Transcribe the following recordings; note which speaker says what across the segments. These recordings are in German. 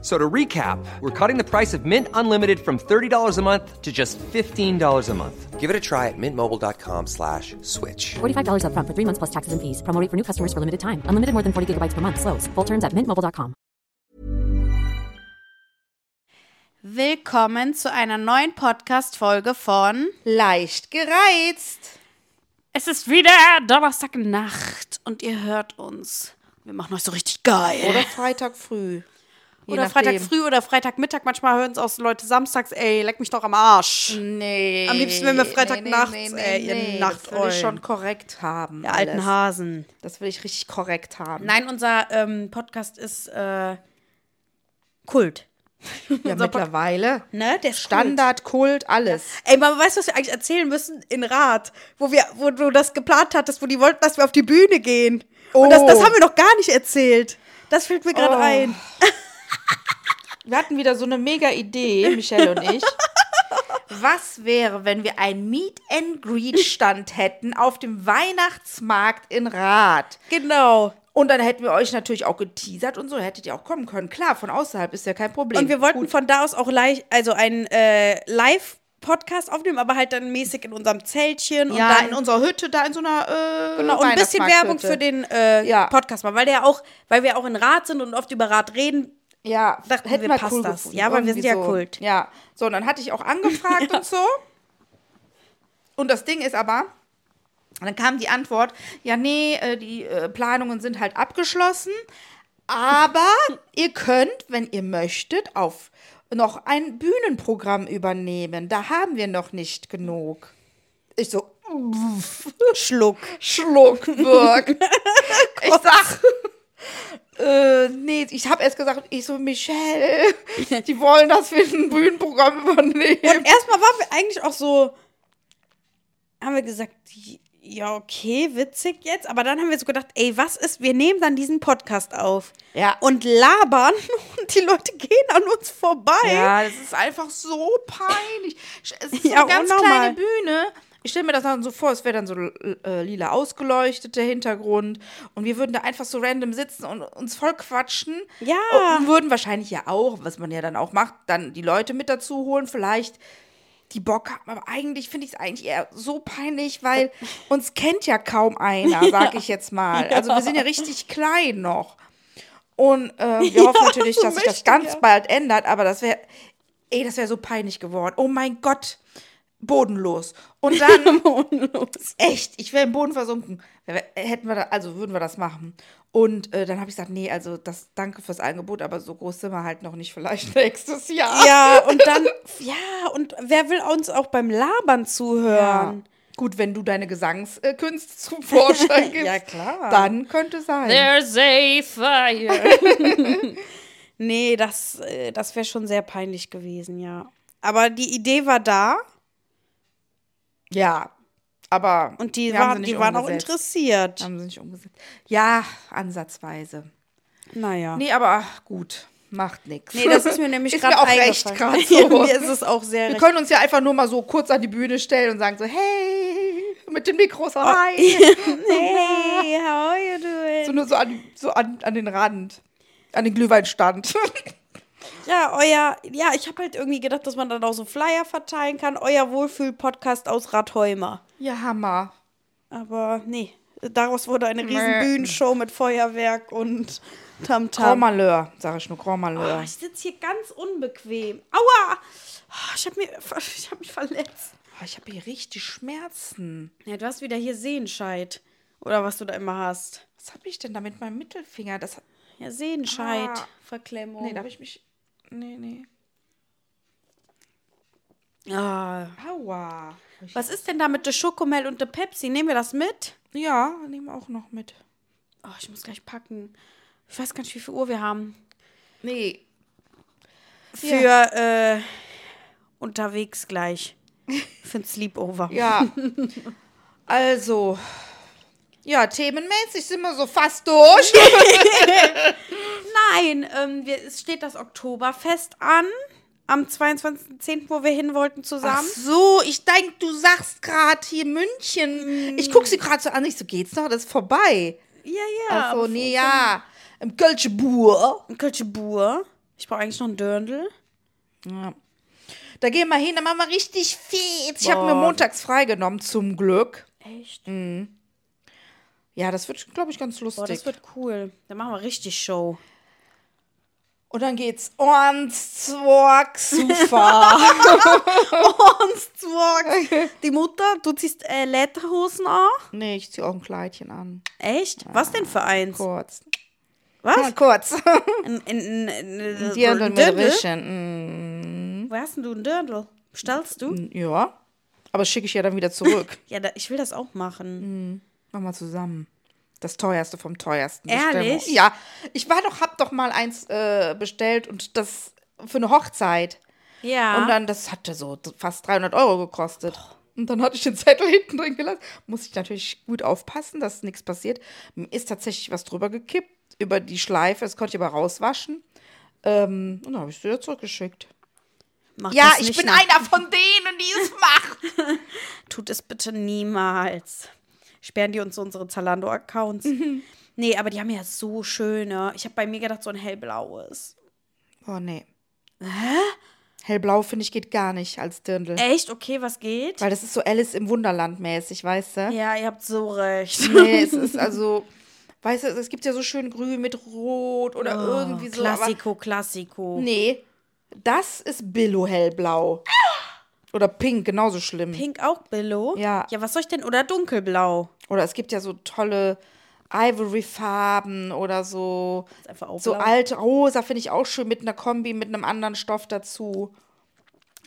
Speaker 1: So to recap, we're cutting the price of Mint Unlimited from $30 a month to just $15 a month. Give it a try at mintmobile.com slash switch.
Speaker 2: $45 upfront for three months plus taxes and fees. Promo rate for new customers for limited time. Unlimited more than 40 gigabytes per month. Slows. Full terms at mintmobile.com.
Speaker 3: Willkommen zu einer neuen Podcast-Folge von
Speaker 4: Leicht gereizt.
Speaker 3: Es ist wieder Donnerstagnacht und ihr hört uns. Wir machen euch so richtig geil.
Speaker 4: Oder Freitag früh. Je
Speaker 3: Oder
Speaker 4: nachdem.
Speaker 3: Freitag früh oder Freitagmittag. Manchmal hören es auch so Leute samstags, ey, leck mich doch am Arsch.
Speaker 4: Nee.
Speaker 3: Am liebsten wären wir Freitagnachts, ey, ihr
Speaker 4: Das will ich
Speaker 3: Nachteulen.
Speaker 4: schon korrekt haben.
Speaker 3: Ihr alten
Speaker 4: alles.
Speaker 3: Hasen.
Speaker 4: Das will ich richtig korrekt haben.
Speaker 3: Nein, unser ähm, Podcast ist äh, Kult.
Speaker 4: ja,
Speaker 3: unser Pod-
Speaker 4: mittlerweile.
Speaker 3: Ne? Der ist
Speaker 4: Standard, Kult, alles.
Speaker 3: Kult. Ey, Mama, weißt du, was wir eigentlich erzählen müssen? In Rath, wo, wir, wo du das geplant hattest, wo die wollten, dass wir auf die Bühne gehen. Und das,
Speaker 4: Oh.
Speaker 3: das haben wir noch gar nicht erzählt. Das fällt mir gerade
Speaker 4: Oh.
Speaker 3: ein.
Speaker 4: Wir hatten wieder so eine mega Idee, Michelle und ich. Was wäre, wenn wir einen Meet and Greet Stand hätten auf dem Weihnachtsmarkt in Rath?
Speaker 3: Genau.
Speaker 4: Und dann hätten wir euch natürlich auch geteasert und so hättet ihr auch kommen können. Klar, von außerhalb ist ja kein Problem.
Speaker 3: Und wir wollten von da aus auch leicht, also einen äh, Live-Podcast aufnehmen, aber halt dann mäßig in unserem Zeltchen
Speaker 4: ja,
Speaker 3: und dann
Speaker 4: in unserer Hütte, da in so einer äh,
Speaker 3: Genau, und ein bisschen Werbung für den äh,
Speaker 4: Ja.
Speaker 3: Podcast machen, weil der ja auch, weil wir auch in Rat sind und oft über Rat reden.
Speaker 4: Ja,
Speaker 3: Dachten wir, passt das.
Speaker 4: gefunden,
Speaker 3: Ja, aber wir
Speaker 4: irgendwie
Speaker 3: sind ja
Speaker 4: so.
Speaker 3: Kult.
Speaker 4: Ja, so, und dann hatte ich auch angefragt und so. Und das Ding ist aber, dann kam die Antwort, ja, nee, äh, die äh, Planungen sind halt abgeschlossen, aber ihr könnt, wenn ihr möchtet, auf noch ein Bühnenprogramm übernehmen. Da haben wir noch nicht genug. Ich so,
Speaker 3: Schluck.
Speaker 4: Schluckburg. ich sag, äh, nee, ich habe erst gesagt, ich so, Michelle, die wollen, dass wir ein Bühnenprogramm übernehmen.
Speaker 3: Und erstmal waren wir eigentlich auch so, haben wir gesagt, ja, okay, witzig jetzt. Aber dann haben wir so gedacht, ey, was ist, wir nehmen dann diesen Podcast auf
Speaker 4: Ja.
Speaker 3: und labern und die Leute gehen an uns vorbei.
Speaker 4: ja, das ist einfach so peinlich. Es ist so
Speaker 3: Ja,
Speaker 4: eine ganz
Speaker 3: unnormal.
Speaker 4: kleine Bühne. Ich stelle mir das dann so vor, es wäre dann so äh, lila ausgeleuchteter Hintergrund und wir würden da einfach so random sitzen und uns voll quatschen.
Speaker 3: Ja.
Speaker 4: Und würden wahrscheinlich ja auch, was man ja dann auch macht, dann die Leute mit dazu holen, vielleicht die Bock haben. Aber eigentlich finde ich es eigentlich eher so peinlich, weil uns kennt ja kaum einer, sag ich jetzt mal. Also wir sind ja richtig klein noch. Und äh, wir hoffen natürlich,
Speaker 3: so
Speaker 4: dass sich das
Speaker 3: möchte,
Speaker 4: ganz
Speaker 3: ja.
Speaker 4: bald ändert, aber das wäre, ey, das wäre so peinlich geworden. Oh mein Gott, bodenlos. Und dann, echt, ich wäre im Boden versunken. Wär- Hätten wir da, also würden wir das machen. Und äh, dann habe ich gesagt, nee, also das, danke fürs Angebot, aber so groß sind wir halt noch nicht, vielleicht nächstes Jahr.
Speaker 3: Ja, und dann, ja, und wer will uns auch beim Labern zuhören?
Speaker 4: Gut, wenn du deine Gesangskünste zum Vorschein gibst,
Speaker 3: Ja, klar.
Speaker 4: dann könnte sein.
Speaker 3: There's a fire. nee, das, äh, das wäre schon sehr peinlich gewesen, ja. Aber die Idee war da
Speaker 4: Ja, aber
Speaker 3: und die,
Speaker 4: wir haben
Speaker 3: war,
Speaker 4: sie nicht
Speaker 3: die waren auch
Speaker 4: umgesetzt.
Speaker 3: interessiert.
Speaker 4: Haben sie nicht umgesetzt. Ja, ansatzweise.
Speaker 3: Naja.
Speaker 4: Nee, aber gut, macht nichts.
Speaker 3: Nee, das ist mir nämlich
Speaker 4: Ist
Speaker 3: gerade
Speaker 4: mir auch recht
Speaker 3: eingefallen.
Speaker 4: grad so.
Speaker 3: mir ist es auch sehr
Speaker 4: Wir
Speaker 3: recht.
Speaker 4: können uns ja einfach nur mal so kurz an die Bühne stellen und sagen so, hey, mit den Mikros rein.
Speaker 3: Hey, how are you doing?
Speaker 4: So nur so, an, so an, an den Rand, an den Glühweinstand.
Speaker 3: Ja, euer, ja, ich habe halt irgendwie gedacht, dass man dann auch so Flyer verteilen kann. Euer Wohlfühl-Podcast aus Rathheimer.
Speaker 4: ja, Hammer.
Speaker 3: Aber nee, daraus wurde eine riesen
Speaker 4: Mäh.
Speaker 3: Bühnenshow mit Feuerwerk und
Speaker 4: Grand
Speaker 3: Tamtam.
Speaker 4: Malheur, sag ich nur, Grand
Speaker 3: Oh,
Speaker 4: Malheur.
Speaker 3: ich sitze hier ganz unbequem. Aua! Oh, Ich habe ich hab mich verletzt.
Speaker 4: Oh, ich habe hier richtig Schmerzen.
Speaker 3: Ja, du hast wieder hier Sehenscheid. Oder was du da immer hast.
Speaker 4: Was habe ich denn da mit meinem Mittelfinger? Das, hat-
Speaker 3: Ja, Sehenscheid.
Speaker 4: Ah.
Speaker 3: Verklemmung.
Speaker 4: nee, da habe ich mich, nee, nee.
Speaker 3: ah.
Speaker 4: Aua.
Speaker 3: Was ist denn da mit der Schokomel und der Pepsi? Nehmen wir das mit?
Speaker 4: Ja, nehmen wir auch noch mit.
Speaker 3: Oh, ich muss gleich packen. Ich weiß gar nicht, wie viel Uhr wir haben.
Speaker 4: Nee,
Speaker 3: Für äh, unterwegs gleich. Für ein Sleepover.
Speaker 4: Ja. Also, Ja, themenmäßig sind wir so fast durch.
Speaker 3: Nein, ähm, wir, es steht das Oktoberfest an. Am 22.10., wo wir hin wollten
Speaker 4: Ach
Speaker 3: zusammen.
Speaker 4: so, ich denke, du sagst gerade hier München. Ich gucke sie gerade so an, ich so, geht's noch? Das ist vorbei.
Speaker 3: Ja,
Speaker 4: Ach so,
Speaker 3: aber
Speaker 4: nee, ja. Im Kölsche Bur.
Speaker 3: In Kölschebur. Ich brauche eigentlich noch einen Dörndl.
Speaker 4: Da gehen wir hin, da machen wir richtig fett. Ich habe mir
Speaker 3: Boah.
Speaker 4: montags freigenommen, zum Glück. Mhm.
Speaker 3: Echt?
Speaker 4: Ja, das wird, glaube ich, ganz lustig.
Speaker 3: Boah, das wird cool. Dann machen wir richtig Show.
Speaker 4: Und dann geht's uns zwack super.
Speaker 3: Die Mutter, du ziehst äh, Lederhosen an.
Speaker 4: nee, ich zieh auch ein Kleidchen an.
Speaker 3: Echt? Was denn für eins?
Speaker 4: Kurz.
Speaker 3: Was?
Speaker 4: kurz.
Speaker 3: Ein, ein, ein, ein,
Speaker 4: Dir und
Speaker 3: so
Speaker 4: dann
Speaker 3: ein
Speaker 4: mit
Speaker 3: Dirndl?
Speaker 4: Mm, Rischen.
Speaker 3: Wo hast denn du einen Dirndl? Bestellst du?
Speaker 4: Mm, Ja. Aber schicke ich ja dann wieder zurück.
Speaker 3: Ja, da, ich will das auch machen.
Speaker 4: Mach mal zusammen. Das teuerste vom teuersten.
Speaker 3: Ehrlich?
Speaker 4: Bestellung. Ja. Ich war doch, hab doch mal eins äh, bestellt und das für eine Hochzeit.
Speaker 3: Ja.
Speaker 4: Und dann, das hatte so fast 300 Euro gekostet. Und dann hatte ich den Zettel hinten drin gelassen. Muss ich natürlich gut aufpassen, dass nichts passiert. Mir ist tatsächlich was drüber gekippt, über die Schleife. Das konnte ich aber rauswaschen. Ähm, und dann habe ich es wieder zurückgeschickt.
Speaker 3: Mach
Speaker 4: ja,
Speaker 3: das
Speaker 4: ich
Speaker 3: nicht
Speaker 4: bin
Speaker 3: nach.
Speaker 4: einer von denen, die es macht.
Speaker 3: Tut es bitte niemals. Sperren die uns unsere Zalando-Accounts. Nee, aber die haben ja so schöne. Ich habe bei mir gedacht, so ein hellblaues.
Speaker 4: Oh, nee. Hä? Hellblau, finde ich, geht gar nicht als Dirndl.
Speaker 3: Echt? Okay, was geht?
Speaker 4: Weil das ist so Alice im Wunderland mäßig, weißt du?
Speaker 3: Ja, ihr habt so recht.
Speaker 4: Nee, es ist also, weißt du, es gibt ja so schön grün mit rot oder irgendwie so. aber-
Speaker 3: Oh, Klassiko, Klassiko.
Speaker 4: Nee, das ist Billo hellblau. Oder pink, genauso schlimm.
Speaker 3: Pink auch Billo?
Speaker 4: Ja.
Speaker 3: Ja, was soll ich denn? Oder dunkelblau?
Speaker 4: Oder es gibt ja so tolle Ivory-Farben oder so.
Speaker 3: Ist einfach auch
Speaker 4: So
Speaker 3: blau.
Speaker 4: alt rosa finde ich auch schön mit einer Kombi, mit einem anderen Stoff dazu.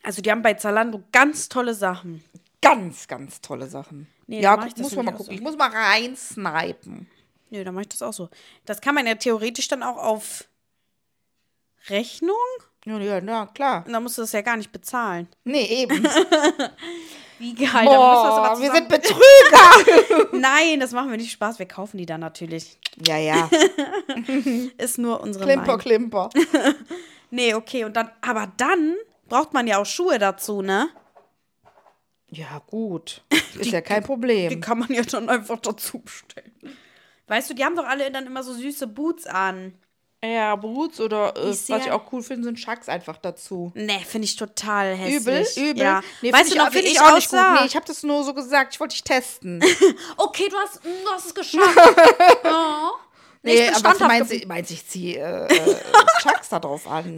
Speaker 3: Also die haben bei Zalando ganz tolle Sachen.
Speaker 4: Ganz, ganz tolle Sachen.
Speaker 3: Nee,
Speaker 4: ja,
Speaker 3: dann mach ich das
Speaker 4: muss man mal
Speaker 3: nämlich auch
Speaker 4: gucken.
Speaker 3: so.
Speaker 4: Ich muss mal reinsnipen.
Speaker 3: Nö, dann mache ich das auch so. Das kann man ja theoretisch dann auch auf Rechnung?
Speaker 4: Ja, ja, na klar.
Speaker 3: Und dann musst du das ja gar nicht bezahlen.
Speaker 4: Nee, eben.
Speaker 3: Wie geil. dann müssen wir's aber
Speaker 4: Boah, wir
Speaker 3: zusammen-
Speaker 4: sind Betrüger.
Speaker 3: Nein, das machen wir nicht Spaß. Wir kaufen die dann natürlich.
Speaker 4: ja, ja.
Speaker 3: Ist nur unsere
Speaker 4: Klimper,
Speaker 3: Meinung.
Speaker 4: klimper.
Speaker 3: Nee, okay. Und dann, aber dann braucht man ja auch Schuhe dazu, ne?
Speaker 4: Ja, gut. Ist ja kein Problem.
Speaker 3: Die kann man ja dann einfach dazu bestellen. Weißt du, die haben doch alle dann immer so süße Boots an.
Speaker 4: Ja, Boots oder äh,
Speaker 3: Ich
Speaker 4: was
Speaker 3: sehe-
Speaker 4: ich auch cool finde, sind Schacks einfach dazu.
Speaker 3: Nee, finde ich total
Speaker 4: Übel,
Speaker 3: hässlich.
Speaker 4: übel.
Speaker 3: Ja.
Speaker 4: Nee,
Speaker 3: weißt du
Speaker 4: find
Speaker 3: noch,
Speaker 4: ich,
Speaker 3: wie
Speaker 4: find
Speaker 3: ich,
Speaker 4: ich auch nicht gut.
Speaker 3: aussah?
Speaker 4: Nee, ich habe das nur so gesagt. Ich wollte dich testen.
Speaker 3: Okay, du hast, du hast es geschafft. oh. Nee, ich bin
Speaker 4: Äh, aber was
Speaker 3: standhaft
Speaker 4: meinst
Speaker 3: geblieben.
Speaker 4: du, meinst du, ich ziehe äh, äh, Schacks da drauf an?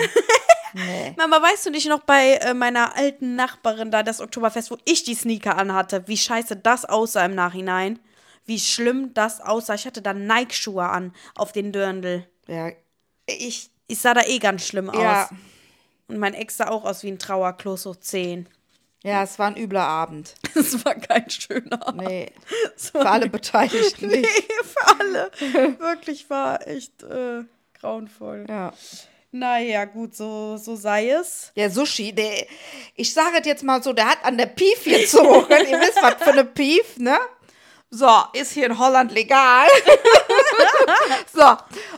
Speaker 4: Nee.
Speaker 3: Mama, weißt du nicht noch bei äh, meiner alten Nachbarin da das Oktoberfest, wo ich die Sneaker anhatte, wie scheiße das aussah im Nachhinein? Wie schlimm das aussah. Ich hatte da Nike-Schuhe an auf den Dörndl.
Speaker 4: Ja, ich,
Speaker 3: Ich sah da eh ganz schlimm
Speaker 4: ja,
Speaker 3: aus. Und mein Ex sah auch aus wie ein Trauerklos hoch 10.
Speaker 4: ja, es war ein übler Abend.
Speaker 3: Das war kein schöner.
Speaker 4: Nee,
Speaker 3: Das
Speaker 4: für alle Beteiligten nicht.
Speaker 3: für alle. Wirklich war echt äh, grauenvoll.
Speaker 4: Ja.
Speaker 3: Naja, gut, so, so sei es.
Speaker 4: Ja, Sushi, der, ich sage es jetzt mal so, der hat an der Pief gezogen. Ihr wisst, was für eine Pief, ne? So, ist hier in Holland legal. so,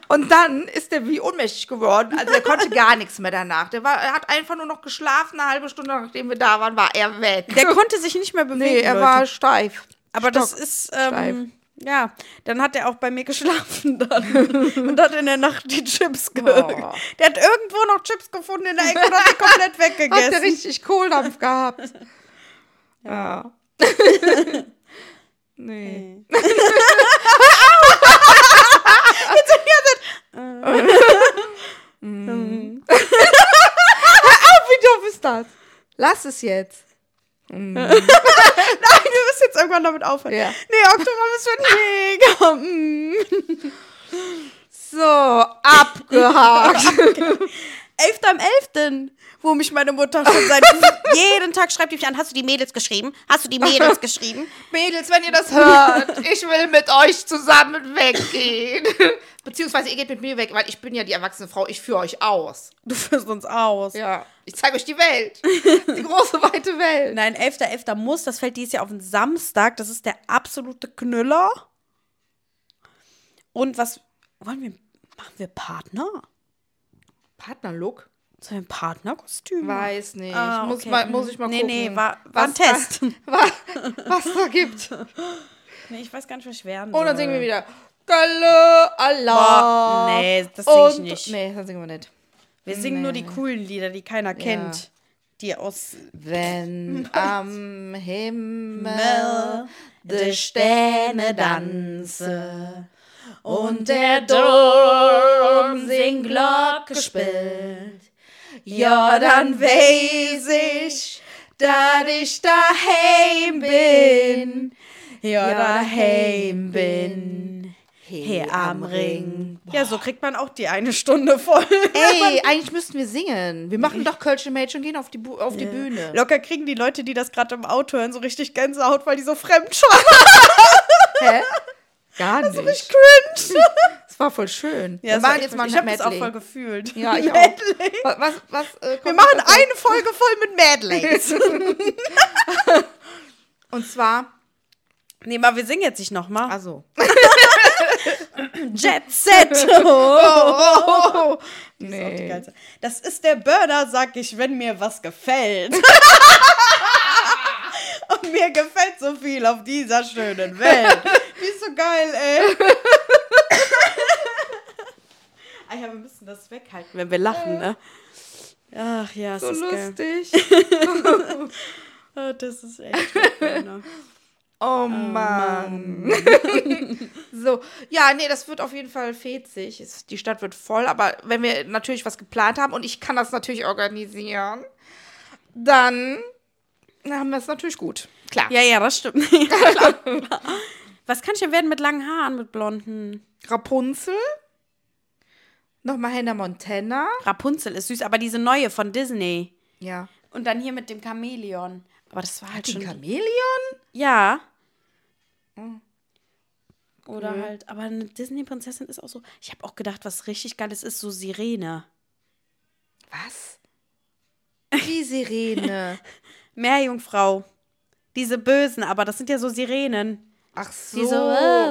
Speaker 4: und dann ist der wie ohnmächtig geworden. Also, er konnte gar nichts mehr danach. Der war, er hat einfach nur noch geschlafen. Eine halbe Stunde, nachdem wir da waren, war er weg.
Speaker 3: Der konnte sich nicht mehr bewegen.
Speaker 4: nee, er
Speaker 3: Leute.
Speaker 4: war steif.
Speaker 3: Aber das
Speaker 4: Stock.
Speaker 3: ist, ähm, ja, dann hat er auch bei mir geschlafen dann. und hat in der Nacht die Chips gegessen.
Speaker 4: Boah.
Speaker 3: Der hat irgendwo noch Chips gefunden in der Ecke und hat die komplett
Speaker 4: Hat der
Speaker 3: weggegessen.
Speaker 4: richtig Kohldampf gehabt. ja. nee. Mhm. Wie doof ist das? Mhm. Lass es jetzt.
Speaker 3: Wir müssen jetzt irgendwann damit aufhören.
Speaker 4: Ja.
Speaker 3: Nee, Oktoberfest wird mega. mm.
Speaker 4: So, abgehakt.
Speaker 3: 11. am 11., wo mich meine Mutter schon seit jeden Tag schreibt die mich an, hast du die Mädels geschrieben? Hast du die Mädels geschrieben?
Speaker 4: Mädels, wenn ihr das hört, ich will mit euch zusammen weggehen. Beziehungsweise ihr geht mit mir weg, weil ich bin ja die erwachsene Frau, ich führe euch aus.
Speaker 3: Du führst uns aus.
Speaker 4: Ja. Ich zeige euch die Welt. Die große, weite Welt.
Speaker 3: Nein, 11.11. muss, das fällt dieses Jahr auf den Samstag. Das ist der absolute Knüller. Und was wollen wir? Machen wir Partner?
Speaker 4: Partnerlook?
Speaker 3: Sollen wir ein Partnerkostüm? machen?
Speaker 4: Weiß nicht.
Speaker 3: Ah,
Speaker 4: muss,
Speaker 3: okay.
Speaker 4: mal, muss ich mal
Speaker 3: Nee,
Speaker 4: gucken.
Speaker 3: nee, war- war ein
Speaker 4: was
Speaker 3: Test.
Speaker 4: Da, war, was da gibt. Und
Speaker 3: Nee, ich weiß gar nicht, was ich werden
Speaker 4: Oh, dann
Speaker 3: soll.
Speaker 4: singen wir wieder. Galle Allah.
Speaker 3: Boah, nee, das sing ich
Speaker 4: Und-
Speaker 3: nicht.
Speaker 4: Nee, das singen wir nicht.
Speaker 3: Wir singen nur die coolen Lieder, die keiner kennt. Die aus
Speaker 4: Wenn am Himmel
Speaker 3: Himmel
Speaker 4: Äh, die
Speaker 3: Äh, die
Speaker 4: Sterne
Speaker 3: Sterne
Speaker 4: tanzen
Speaker 3: tanzen
Speaker 4: und der Dom sing Glocke spielt, ja, dann weiß ich, dass ich daheim bin,
Speaker 3: ja,
Speaker 4: daheim bin,
Speaker 3: hier am Ring. Ja, so kriegt man auch die eine Stunde voll.
Speaker 4: Ey, eigentlich müssten wir singen. Wir machen doch Kölsche Mädchen und gehen auf die, Bu auf die Bühne.
Speaker 3: Locker kriegen die Leute, die das gerade im Auto hören, so richtig Gänsehaut, weil die so fremd schauen.
Speaker 4: Hä? Gar nicht. Das,
Speaker 3: Cringe.
Speaker 4: war voll schön. wir
Speaker 3: Ja, das war
Speaker 4: machen
Speaker 3: echt
Speaker 4: jetzt mal
Speaker 3: witzig.
Speaker 4: ein
Speaker 3: Ich hab das auch
Speaker 4: Medley.
Speaker 3: voll gefühlt.
Speaker 4: Ja, ich auch.
Speaker 3: Medley.
Speaker 4: Wa- Was, was, äh,
Speaker 3: Wir
Speaker 4: kommt-
Speaker 3: machen eine Folge voll mit Medleys.
Speaker 4: Und zwar,
Speaker 3: nee, mal, wir singen jetzt nicht nochmal.
Speaker 4: also.
Speaker 3: Jet Set. Oh.
Speaker 4: Nee.
Speaker 3: Das ist der Burner, sag ich, wenn mir was gefällt. Und mir gefällt so viel auf dieser schönen Welt. Die ist so geil, ey. Ah ja, wir müssen das weghalten, wenn wir lachen, ne? Ach ja, es
Speaker 4: So
Speaker 3: ist geil.
Speaker 4: lustig.
Speaker 3: Oh, das ist echt der Burner.
Speaker 4: Oh Mann. so, ja, nee, das wird auf jeden Fall fetzig. Es- Die Stadt wird voll, aber wenn wir natürlich was geplant haben und ich kann das natürlich organisieren, dann haben wir es natürlich gut. Klar.
Speaker 3: Ja, ja, das stimmt. was kann ich denn werden mit langen Haaren, mit blonden?
Speaker 4: Rapunzel. Nochmal Hannah Montana.
Speaker 3: Rapunzel ist süß, aber diese neue von Disney.
Speaker 4: Ja.
Speaker 3: Und dann hier mit dem Chamäleon. Aber das war halt
Speaker 4: Den
Speaker 3: schon. Mhm.
Speaker 4: Chamäleon?
Speaker 3: ja. Oder halt, aber eine Disney-Prinzessin ist auch so. Ich habe auch gedacht, was richtig geiles ist, so Sirene.
Speaker 4: Was? Die Sirene.
Speaker 3: Meerjungfrau. Diese Bösen, aber das sind ja so Sirenen.
Speaker 4: Ach so.
Speaker 3: Die so.
Speaker 4: Ja,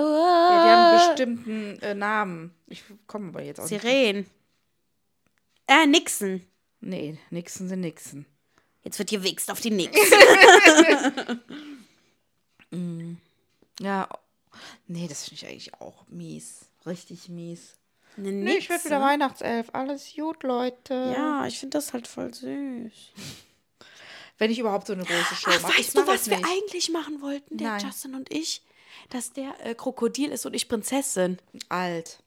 Speaker 4: die haben einen bestimmten äh, Namen. Ich komme aber jetzt auch nicht.
Speaker 3: Sirenen. Äh, Nixon.
Speaker 4: Nee, Nixen sind Nixen.
Speaker 3: Jetzt wird gewichst auf die Nix.
Speaker 4: Ja. Nee, das finde ich eigentlich auch mies. Richtig mies.
Speaker 3: Eine
Speaker 4: Nee, ich werde wieder
Speaker 3: Nixe.
Speaker 4: Weihnachtself. Alles gut, Leute.
Speaker 3: Ja, ich finde das halt voll süß.
Speaker 4: Wenn ich überhaupt so eine große Show
Speaker 3: Ach,
Speaker 4: mache. Ich
Speaker 3: weißt du,
Speaker 4: mach das
Speaker 3: was wir
Speaker 4: nicht.
Speaker 3: eigentlich machen wollten, der
Speaker 4: Nein.
Speaker 3: Justin und ich? Dass der äh, Krokodil ist und ich Prinzessin.
Speaker 4: Alt.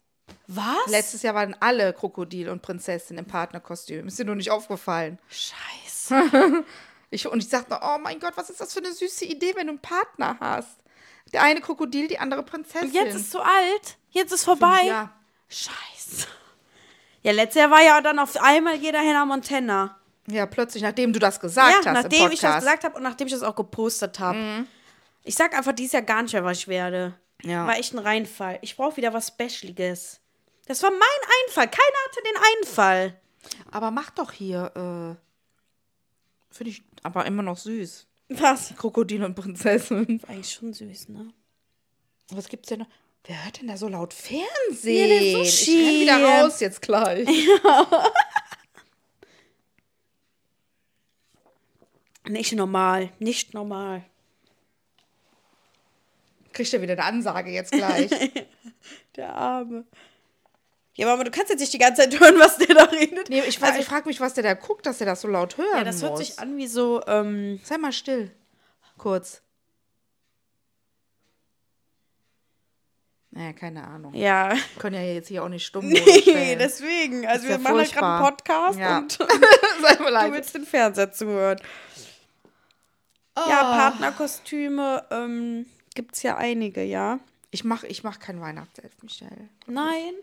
Speaker 3: Was?
Speaker 4: Letztes Jahr waren alle Krokodil und Prinzessin im Partnerkostüm. Ist dir nur nicht aufgefallen.
Speaker 3: Scheiße.
Speaker 4: Ich, und ich sagte, oh mein Gott, was ist das für eine süße Idee, wenn du einen Partner hast? Der eine Krokodil, die andere Prinzessin.
Speaker 3: Und jetzt ist zu alt. Jetzt ist vorbei.
Speaker 4: Ja.
Speaker 3: Scheiße. Ja, letztes Jahr war ja dann auf einmal jeder Hannah Montana.
Speaker 4: ja, plötzlich, nachdem du das gesagt
Speaker 3: ja,
Speaker 4: hast. im
Speaker 3: nachdem ich
Speaker 4: Podcast.
Speaker 3: das
Speaker 4: Mhm.
Speaker 3: gesagt habe und nachdem ich das auch gepostet habe. Ich sag einfach dieses Jahr gar nicht mehr, was ich werde.
Speaker 4: Ja.
Speaker 3: War echt ein Reinfall. Ich brauche wieder was Specialiges. Das war mein Einfall. Keiner hatte den Einfall.
Speaker 4: Aber mach doch hier, äh, finde ich aber immer noch süß.
Speaker 3: Was?
Speaker 4: Krokodil und Prinzessin.
Speaker 3: Eigentlich schon süß, ne?
Speaker 4: Was gibt's denn noch? Wer hört denn da so laut Fernsehen?
Speaker 3: der ist so
Speaker 4: ich renn wieder
Speaker 3: schief.
Speaker 4: raus jetzt gleich.
Speaker 3: Nicht normal. Nicht normal.
Speaker 4: Kriegt er wieder eine Ansage jetzt gleich.
Speaker 3: Der Arme. Ja, Mama, du kannst jetzt nicht die ganze Zeit hören, was der da redet.
Speaker 4: Nee, ich, weiß- ich frage mich, was der da guckt, dass der das so laut hört.
Speaker 3: Also ja, das hört sich an wie so, ähm,
Speaker 4: Sei mal still. Kurz. Naja, keine Ahnung.
Speaker 3: ja.
Speaker 4: Wir können ja jetzt hier auch nicht stumm
Speaker 3: Nee,
Speaker 4: stellen.
Speaker 3: deswegen. Also
Speaker 4: Ist ja
Speaker 3: wir machen halt gerade einen
Speaker 4: furchtbar.
Speaker 3: Podcast
Speaker 4: Ja.
Speaker 3: und
Speaker 4: Sei mal
Speaker 3: du
Speaker 4: leise.
Speaker 3: willst den Fernseher zuhören. Ja, Partnerkostüme ähm, gibt es ja einige, ja.
Speaker 4: Ich mach, ich mach kein Weihnachtself, Michelle.
Speaker 3: Nein.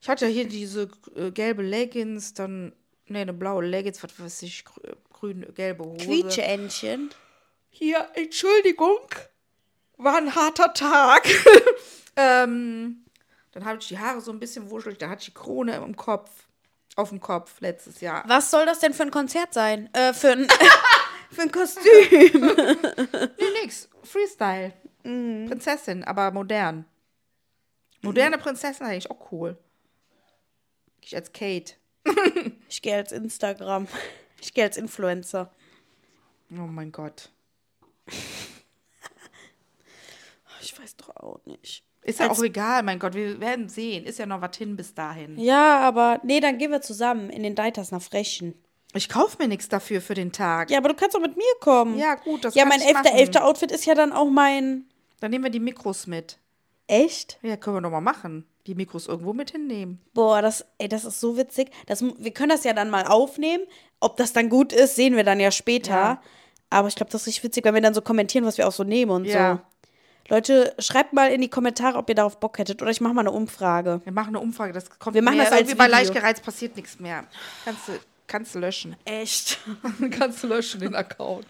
Speaker 4: Ich hatte ja hier diese äh, gelbe Leggings, dann, nee, eine blaue Leggings, was weiß ich, grü- grün, gelbe Hose.
Speaker 3: Quietscheentchen.
Speaker 4: Hier, Entschuldigung, war ein harter Tag. ähm, dann habe ich die Haare so ein bisschen wuschelig, da hatte ich die Krone im Kopf, auf dem Kopf letztes Jahr.
Speaker 3: Was soll das denn für ein Konzert sein? Äh, für ein, für ein Kostüm.
Speaker 4: Mhm. Nee, nix, Freestyle, Prinzessin, aber modern. Moderne Prinzessin eigentlich auch cool. Ich als Kate.
Speaker 3: Ich gehe als Instagram. Ich gehe als Influencer.
Speaker 4: Oh mein Gott.
Speaker 3: Ich weiß doch auch nicht.
Speaker 4: Ist ja
Speaker 3: Als-
Speaker 4: auch egal, mein Gott, wir werden sehen. Ist ja noch was hin bis dahin.
Speaker 3: Ja, aber nee, dann gehen wir zusammen in den Deiters nach Frechen.
Speaker 4: Ich kaufe mir nichts dafür für den Tag.
Speaker 3: Ja, aber du kannst auch mit mir kommen.
Speaker 4: Ja, gut, das
Speaker 3: Ja,
Speaker 4: kann
Speaker 3: mein
Speaker 4: ich machen.
Speaker 3: 11.11. Outfit ist ja dann auch mein.
Speaker 4: Dann nehmen wir die Mikros mit.
Speaker 3: Echt?
Speaker 4: Ja, können wir doch mal machen. Die Mikros irgendwo mit hinnehmen.
Speaker 3: Boah, das, ey, das ist so witzig. Das, mu- wir können das ja dann mal aufnehmen. Ob das dann gut ist, sehen wir dann ja später.
Speaker 4: Ja.
Speaker 3: Aber ich glaube, das ist richtig witzig, wenn wir dann so kommentieren, was wir auch so nehmen und so.
Speaker 4: Ja.
Speaker 3: Leute, schreibt mal in die Kommentare, ob ihr darauf Bock hättet. Oder ich mache mal eine Umfrage.
Speaker 4: Wir machen eine Umfrage. Das kommt
Speaker 3: Wir machen
Speaker 4: mir
Speaker 3: das als
Speaker 4: irgendwie bei
Speaker 3: Video.
Speaker 4: leicht gereizt passiert nichts mehr. Kannst du, kannst du löschen.
Speaker 3: Echt?
Speaker 4: kannst du löschen den Account.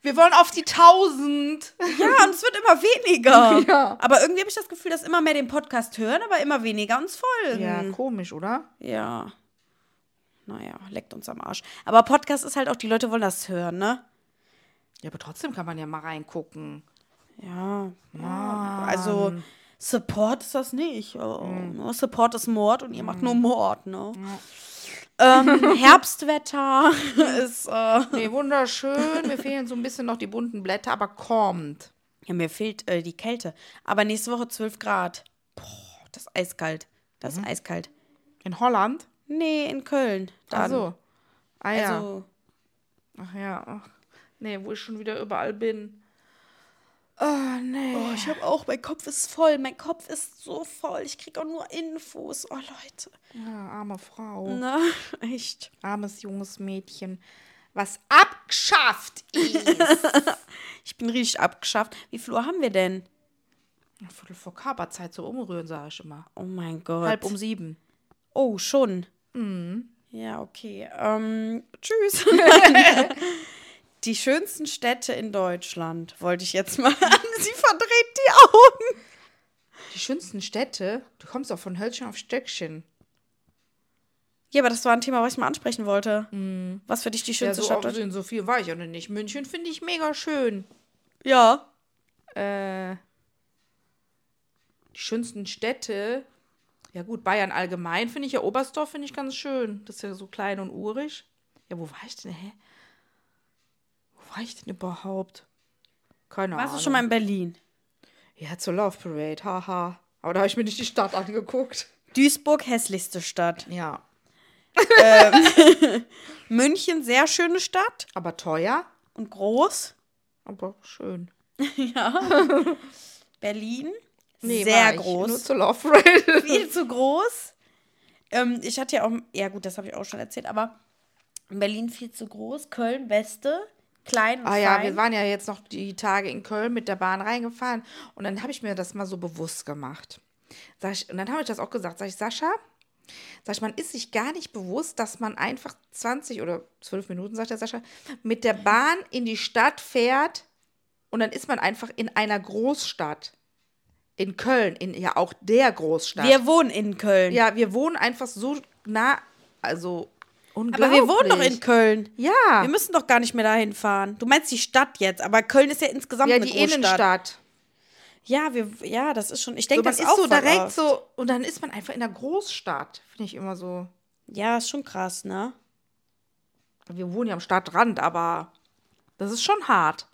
Speaker 4: Wir wollen auf die 1000.
Speaker 3: Ja, und es wird immer weniger.
Speaker 4: Ja.
Speaker 3: Aber irgendwie habe ich das Gefühl, dass immer mehr den Podcast hören, aber immer weniger uns folgen.
Speaker 4: Ja, komisch, oder?
Speaker 3: Ja. Naja, leckt uns am Arsch. Aber Podcast ist halt auch, die Leute wollen das hören, ne?
Speaker 4: Ja, aber trotzdem kann man ja mal reingucken.
Speaker 3: Ja. ja. Also, Support ist das nicht. Oh,
Speaker 4: Hm.
Speaker 3: ne? Support ist Mord und ihr macht nur Mord, ne? Ähm, Herbstwetter ist. Äh,
Speaker 4: Nee, wunderschön. Mir fehlen so ein bisschen noch die bunten Blätter, aber kommt.
Speaker 3: ja, mir fehlt äh, die Kälte. Aber nächste Woche 12 Grad. Boah, das ist eiskalt. Das ist
Speaker 4: Mhm.
Speaker 3: eiskalt.
Speaker 4: In Holland?
Speaker 3: Nee, in Köln. Dann.
Speaker 4: Ach so. Ah ja.
Speaker 3: Also,
Speaker 4: Ach ja. Ach. Nee, wo ich schon wieder überall bin. Oh, nee.
Speaker 3: oh, ich habe auch, mein Kopf ist voll, mein Kopf ist so voll, ich krieg auch nur Infos. Oh Leute,
Speaker 4: Ja, arme Frau.
Speaker 3: na, echt.
Speaker 4: Armes junges Mädchen. Was abgeschafft ist.
Speaker 3: Ich bin richtig abgeschafft. Wie viel Uhr haben wir denn?
Speaker 4: Viertel vor Kaberzeit so umrühren, sage ich immer.
Speaker 3: Oh mein Gott.
Speaker 4: Halb um sieben. Mhm.
Speaker 3: Oh, schon. Ja, okay. Ähm, tschüss. die schönsten Städte in Deutschland wollte ich jetzt mal an. Sie verdreht die Augen.
Speaker 4: Die schönsten Städte, du kommst auch von Hölzchen auf Stöckchen.
Speaker 3: Ja, aber das war ein Thema, was ich mal ansprechen wollte. Was für dich die
Speaker 4: Mhm. Ja,
Speaker 3: schönste
Speaker 4: so,
Speaker 3: Stadt
Speaker 4: auch
Speaker 3: Deutschlands?
Speaker 4: in so viel war ich auch noch nicht. München finde ich mega schön.
Speaker 3: Ja.
Speaker 4: Ah, Äh, die schönsten Städte. Ja gut, Bayern allgemein finde ich ja Oberstdorf finde ich ganz schön. Das ist ja so klein und urig. Ja, wo war ich denn? Hä? Wo war ich denn überhaupt? Keine
Speaker 3: Warst
Speaker 4: Ahnung.
Speaker 3: du schon mal in Berlin?
Speaker 4: ja, zur Love Parade, haha. Aber da habe ich mir nicht die Stadt angeguckt.
Speaker 3: Duisburg, hässlichste Stadt.
Speaker 4: Ja.
Speaker 3: München, sehr schöne Stadt
Speaker 4: Aber teuer,
Speaker 3: und groß.
Speaker 4: aber schön.
Speaker 3: Berlin,
Speaker 4: Nee, war
Speaker 3: sehr
Speaker 4: ich Nur
Speaker 3: groß.
Speaker 4: zur Love Parade.
Speaker 3: Viel zu groß. Ähm, ich hatte ja auch, ja gut, das habe ich auch schon erzählt, aber Berlin viel zu groß, Köln beste, klein und
Speaker 4: Ah
Speaker 3: fein.
Speaker 4: ja, wir waren ja jetzt noch die Tage in Köln mit der Bahn reingefahren und dann habe ich mir das mal so bewusst gemacht. Sag ich, und dann habe ich das auch gesagt, sag ich, Sascha, sag ich, man ist sich gar nicht bewusst, dass man einfach 20 oder 12 Minuten, sagt der Sascha, mit der Bahn in die Stadt fährt und dann ist man einfach in einer Großstadt. In Köln, in ja auch der Großstadt.
Speaker 3: Wir wohnen in Köln.
Speaker 4: ja, wir wohnen einfach so nah, also unglaublich.
Speaker 3: aber wir wohnen doch in Köln.
Speaker 4: Ja,
Speaker 3: Wir müssen doch gar nicht mehr dahin fahren. Du meinst die Stadt jetzt, aber Köln ist ja insgesamt
Speaker 4: ja
Speaker 3: eine
Speaker 4: die
Speaker 3: Großstadt.
Speaker 4: Innenstadt.
Speaker 3: Ja, wir, ja, das ist schon. Ich
Speaker 4: So,
Speaker 3: denke,
Speaker 4: man
Speaker 3: das
Speaker 4: ist
Speaker 3: auch
Speaker 4: so
Speaker 3: voll
Speaker 4: direkt
Speaker 3: oft.
Speaker 4: so, und dann ist man einfach in der Großstadt. Finde ich immer so.
Speaker 3: Ja, ist schon krass, ne?
Speaker 4: Wir wohnen ja am Stadtrand, aber das ist schon hart.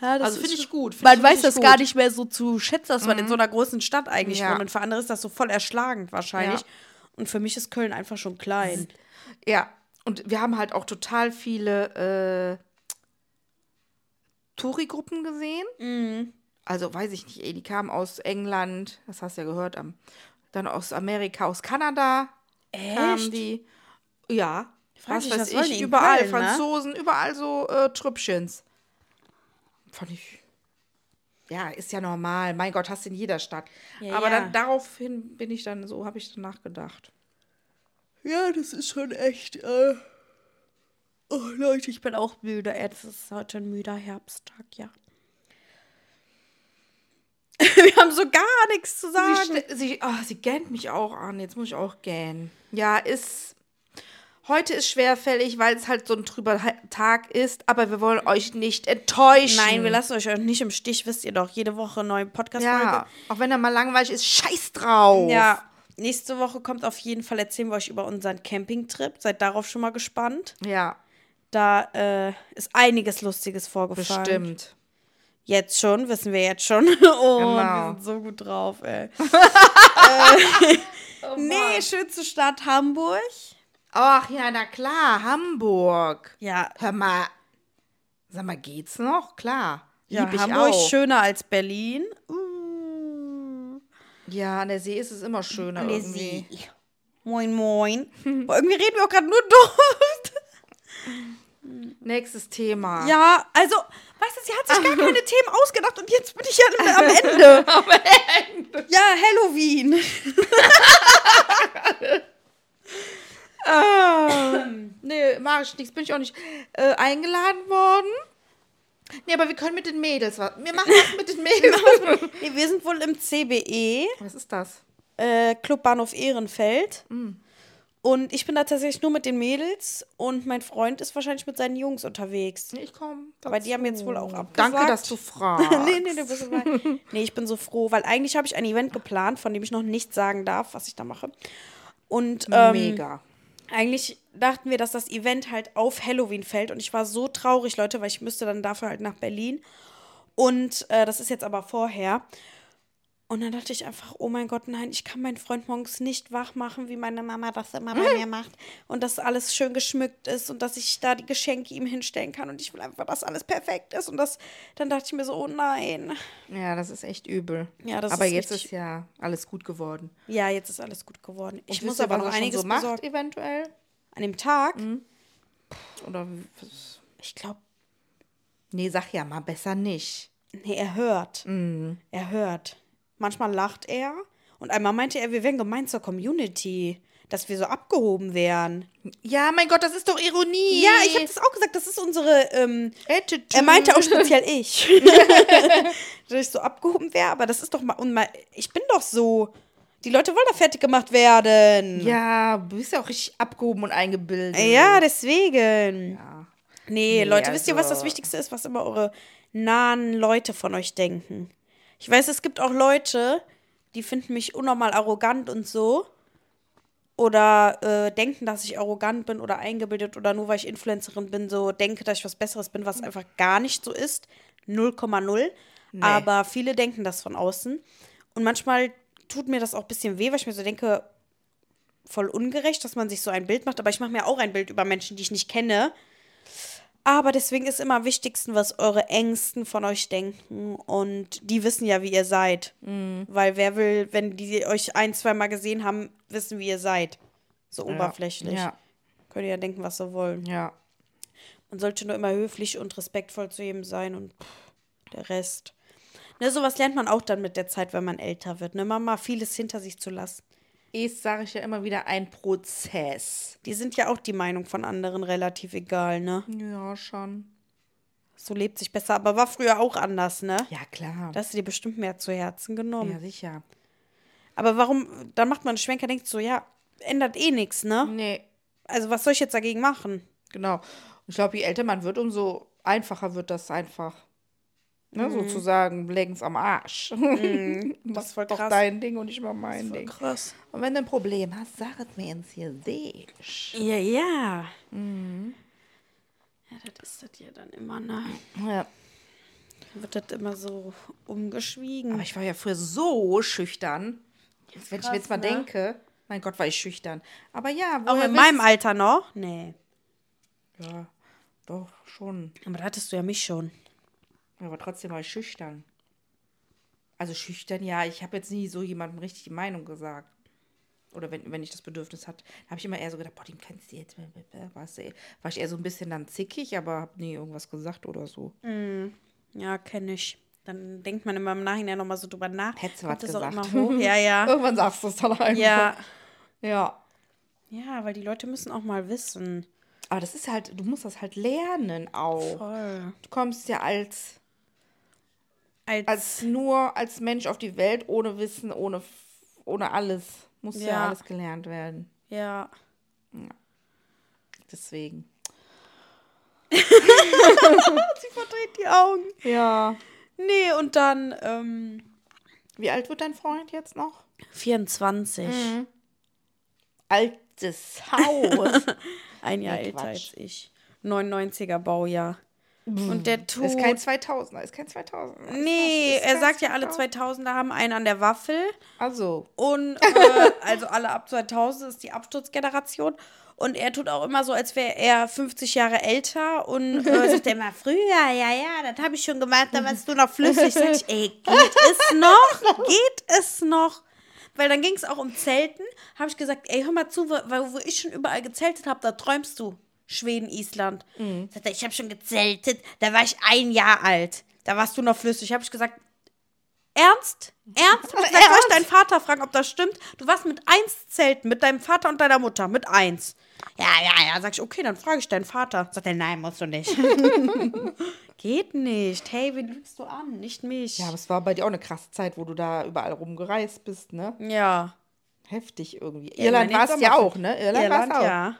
Speaker 3: Ja, das
Speaker 4: Also finde ich gut, find
Speaker 3: Man
Speaker 4: ich
Speaker 3: weiß
Speaker 4: richtig
Speaker 3: das gar
Speaker 4: gut.
Speaker 3: nicht mehr so zu schätzen, dass man in so einer großen Stadt eigentlich
Speaker 4: Ja.
Speaker 3: wohnt. Und für andere ist das so voll erschlagend wahrscheinlich.
Speaker 4: Ja.
Speaker 3: Und für mich ist Köln einfach schon klein.
Speaker 4: Ja, und wir haben halt auch total viele äh, Touri-Gruppen gesehen.
Speaker 3: Mhm.
Speaker 4: Also weiß ich nicht, ey, die kamen aus England, das hast du ja gehört, am, dann aus Amerika, aus Kanada kamen die. Ja,
Speaker 3: Frag
Speaker 4: was
Speaker 3: mich,
Speaker 4: weiß
Speaker 3: was wollen die
Speaker 4: ich,
Speaker 3: in
Speaker 4: überall
Speaker 3: Köln, ne?
Speaker 4: Franzosen, überall so äh, Trüppchens. Fand ich. Ja, ist ja normal. Mein Gott, hast du in jeder Stadt.
Speaker 3: Ja,
Speaker 4: Aber
Speaker 3: ja.
Speaker 4: dann daraufhin bin ich dann, so habe ich dann nachgedacht.
Speaker 3: Ja, das ist schon echt. Äh oh Leute, ich bin auch müde. Es ist heute ein müder Herbsttag, ja. Wir haben so gar nichts zu sagen.
Speaker 4: Sie, ste- sie, ah, sie gähnt mich auch an. Jetzt muss ich auch gähnen. Ja, ist. Heute ist schwerfällig, weil es halt so ein trüber Ha- Tag ist, aber wir wollen euch nicht enttäuschen.
Speaker 3: Nein, wir lassen euch auch nicht im Stich, wisst ihr doch. Jede Woche neue Podcast-Folge.
Speaker 4: Ja, auch wenn er mal langweilig ist, scheiß drauf.
Speaker 3: Ja, nächste Woche kommt auf jeden Fall, erzählen wir euch über unseren Campingtrip. Seid darauf schon mal gespannt.
Speaker 4: Ja,
Speaker 3: Da äh, ist einiges Lustiges vorgefallen.
Speaker 4: bestimmt.
Speaker 3: Jetzt schon, wissen wir jetzt schon. Oh,
Speaker 4: Genau.
Speaker 3: wir sind so gut drauf, ey. äh,
Speaker 4: Oh
Speaker 3: nee, schönste Stadt Hamburg.
Speaker 4: Ach ja, na klar, Hamburg.
Speaker 3: Ja,
Speaker 4: Hör mal, sag mal, geht's noch? Klar.
Speaker 3: ja
Speaker 4: Lieb ich
Speaker 3: Hamburg
Speaker 4: auch.
Speaker 3: schöner als Berlin. Uh.
Speaker 4: Ja, an der See ist es immer schöner irgendwie.
Speaker 3: Moin, moin. Boah, irgendwie reden wir auch gerade nur doof.
Speaker 4: Nächstes Thema.
Speaker 3: Ja, also, weißt du, sie hat sich gar keine Themen ausgedacht und jetzt bin ich ja am Ende. am Ende. Ja, Halloween.
Speaker 4: Nee, mach ich nichts. Bin ich auch nicht äh, eingeladen worden. Nee, aber wir können mit den Mädels was. Wir machen was mit den Mädels.
Speaker 3: Nee, wir sind wohl im E. CBE,
Speaker 4: was ist das?
Speaker 3: äh, Club Bahnhof Ehrenfeld.
Speaker 4: Mhm.
Speaker 3: Und ich bin da tatsächlich nur mit den Mädels und mein Freund ist wahrscheinlich mit seinen Jungs unterwegs.
Speaker 4: Nee, ich komm.
Speaker 3: Aber die haben jetzt wohl auch abgesagt.
Speaker 4: Danke, dass du fragst.
Speaker 3: nee, nee, du bist dabei. nee, ich bin so froh, weil eigentlich habe ich ein Event geplant, von dem ich noch nichts sagen darf, was ich da mache. Und ähm,
Speaker 4: Mega.
Speaker 3: eigentlich dachten wir, dass das Event halt auf Halloween fällt und ich war so traurig, Leute, weil ich müsste dann dafür halt nach Berlin. Und äh, das ist jetzt aber vorher. Und dann dachte ich einfach, oh mein Gott, nein, ich kann meinen Freund morgens nicht wach machen, wie meine Mama das immer
Speaker 4: Hm.
Speaker 3: bei mir macht. Und dass alles schön geschmückt ist und dass ich da die Geschenke ihm hinstellen kann. Und ich will einfach, dass alles perfekt ist. Und das, dann dachte ich mir so, oh nein.
Speaker 4: Ja, das ist echt übel.
Speaker 3: Ja, das
Speaker 4: aber
Speaker 3: ist
Speaker 4: jetzt
Speaker 3: richtig-
Speaker 4: ist ja alles gut geworden.
Speaker 3: Ja, jetzt ist alles gut geworden. Ich
Speaker 4: Und
Speaker 3: muss
Speaker 4: wisst ihr,
Speaker 3: aber
Speaker 4: was
Speaker 3: noch
Speaker 4: er schon
Speaker 3: einiges
Speaker 4: so macht, Mhm.
Speaker 3: besorgen.
Speaker 4: eventuell.
Speaker 3: An dem Tag,
Speaker 4: Oder was-
Speaker 3: ich glaube,
Speaker 4: nee, sag ja mal besser nicht.
Speaker 3: Nee, er hört. Er hört. Manchmal lacht er und einmal meinte er, wir wären gemein zur Community, dass wir so abgehoben wären.
Speaker 4: Ja, mein Gott, das ist doch Ironie.
Speaker 3: Ja, ich habe das auch gesagt, das ist unsere ähm,
Speaker 4: Attitude.
Speaker 3: er meinte auch speziell ich. dass ich so abgehoben wäre, aber das ist doch mal, und mal ich bin doch so. Die Leute wollen doch fertig gemacht werden.
Speaker 4: Ja, du bist ja auch richtig abgehoben und eingebildet.
Speaker 3: Ja, deswegen. Nee, Leute, wisst ihr, was das
Speaker 4: also-
Speaker 3: Wichtigste ist, was immer eure nahen Leute von euch denken? Ich weiß, es gibt auch Leute, die finden mich unnormal arrogant und so. Oder äh, denken, dass ich arrogant bin oder eingebildet oder nur weil ich Influencerin bin, so denke, dass ich was Besseres bin, was einfach gar nicht so ist. 0,0. Aber viele denken das von außen. Und manchmal tut mir das auch ein bisschen weh, weil ich mir so denke, voll ungerecht, dass man sich so ein Bild macht, aber ich mache mir auch ein Bild über Menschen, die ich nicht kenne. Aber deswegen ist immer am wichtigsten, was eure Ängsten von euch denken. Und die wissen ja, wie ihr seid.
Speaker 4: Mhm.
Speaker 3: Weil wer will, wenn die euch ein, zweimal gesehen haben, wissen, wie ihr seid. So oberflächlich.
Speaker 4: Ja.
Speaker 3: Könnt ihr ja denken, was ihr wollt.
Speaker 4: Ja.
Speaker 3: Man sollte nur immer höflich und respektvoll zu jedem sein und pff, der Rest. Ne, sowas lernt man auch dann mit der Zeit, wenn man älter wird. Ne, Mama, vieles hinter sich zu lassen.
Speaker 4: Ist, sage ich ja immer wieder, ein Prozess.
Speaker 3: Die sind ja auch die Meinung von anderen relativ egal, ne?
Speaker 4: Ja, schon.
Speaker 3: So lebt sich besser, aber war früher auch anders, ne?
Speaker 4: Ja, klar.
Speaker 3: Das hast du dir bestimmt mehr zu Herzen genommen.
Speaker 4: ja, sicher.
Speaker 3: Aber warum, dann macht man einen Schwenker, denkt so, ja, ändert eh nichts, ne?
Speaker 4: Nee,
Speaker 3: Also was soll ich jetzt dagegen machen?
Speaker 4: genau. Und ich glaube, je älter man wird, umso einfacher wird das einfach. Ne, Sozusagen Leggings am Arsch. Mhm.
Speaker 3: Das ist voll
Speaker 4: Doch
Speaker 3: krass.
Speaker 4: dein Ding und nicht mal mein Ding.
Speaker 3: krass.
Speaker 4: Und wenn du ein Problem hast, sag es mir ins Gesicht.
Speaker 3: Ja, ja.
Speaker 4: Mhm.
Speaker 3: Ja, das ist das ja dann immer, ne?
Speaker 4: Ja.
Speaker 3: Dann wird das immer so
Speaker 4: Aber
Speaker 3: umgeschwiegen.
Speaker 4: ich war ja früher so schüchtern. Wenn ich mir jetzt mal denke, mein Gott, war ich schüchtern. Aber ja,
Speaker 3: Auch
Speaker 4: woher
Speaker 3: in meinem
Speaker 4: willst-
Speaker 3: Alter noch? Nee.
Speaker 4: Ja, doch, schon.
Speaker 3: Aber da hattest du ja mich schon.
Speaker 4: Aber trotzdem war ich schüchtern. Also schüchtern, ja, ich habe jetzt nie so jemandem richtig die Meinung gesagt. Oder wenn, wenn ich das Bedürfnis hatte, habe ich immer eher so gedacht, boah, dem kannst du jetzt, weißt du, war ich eher so ein bisschen dann zickig, aber habe nie irgendwas gesagt oder so.
Speaker 3: Hm. Ja, kenne ich. Dann denkt man immer im Nachhinein nochmal so drüber nach.
Speaker 4: Hättest du
Speaker 3: Kommt
Speaker 4: was
Speaker 3: das auch
Speaker 4: gesagt. Oh
Speaker 3: Immer hoch. Ja, ja.
Speaker 4: Irgendwann sagst du es dann einfach.
Speaker 3: ja.
Speaker 4: ja.
Speaker 3: Ja, weil die Leute müssen auch mal wissen.
Speaker 4: Aber das ist halt, du musst das halt lernen auch.
Speaker 3: Voll.
Speaker 4: Du kommst ja als
Speaker 3: Als,
Speaker 4: als nur als Mensch auf die Welt ohne Wissen, ohne, F- ohne alles. Muss ja.
Speaker 3: Ja.
Speaker 4: alles gelernt werden.
Speaker 3: ja.
Speaker 4: Deswegen.
Speaker 3: Sie verdreht die Augen.
Speaker 4: Ja.
Speaker 3: Nee, und dann ähm,
Speaker 4: Wie alt wird dein Freund jetzt noch?
Speaker 3: 24.
Speaker 4: Mhm. Altes Haus.
Speaker 3: Ein Jahr
Speaker 4: Nee,
Speaker 3: älter
Speaker 4: Quatsch.
Speaker 3: als ich. 99er Baujahr. Und der tut.
Speaker 4: ist kein 2000er, ist kein 2000er.
Speaker 3: nee,
Speaker 4: ist
Speaker 3: er
Speaker 4: kein
Speaker 3: sagt ja, alle 2000er haben einen an der Waffel.
Speaker 4: Also,
Speaker 3: Und äh, also alle ab 2000 ist die Absturzgeneration. Und er tut auch immer so, als wäre er 50 Jahre älter und äh, sagt er immer, früher, ja, ja, das habe ich schon gemacht, da warst du noch flüssig. Sag ich, ey, geht es noch? Geht es noch? Weil dann ging es auch um Zelten. Habe ich gesagt, ey, hör mal zu, wo, wo ich schon überall gezeltet habe, da träumst du. Schweden, Island. Sagt er, ich habe schon gezeltet, da war ich ein Jahr alt. Da warst du noch flüssig. Habe ich gesagt, Ernst? Ernst? Hab ich gesagt, soll ich deinen Vater fragen, ob das stimmt? Du warst mit eins zelten, mit deinem Vater und deiner Mutter, mit eins. Ja, ja, ja. Sag ich, okay, dann frage ich deinen Vater. Sagt er, nein, musst du nicht. Geht nicht. Hey, wen lügst du an? Nicht mich.
Speaker 4: ja, aber es war bei dir auch eine krasse Zeit, wo du da überall rumgereist bist, ne?
Speaker 3: ja.
Speaker 4: Heftig irgendwie.
Speaker 3: Ja,
Speaker 4: Irland
Speaker 3: meine
Speaker 4: war es ja
Speaker 3: Sommerferien.
Speaker 4: auch, ne? Irland,
Speaker 3: Irland,
Speaker 4: war's auch.
Speaker 3: ja.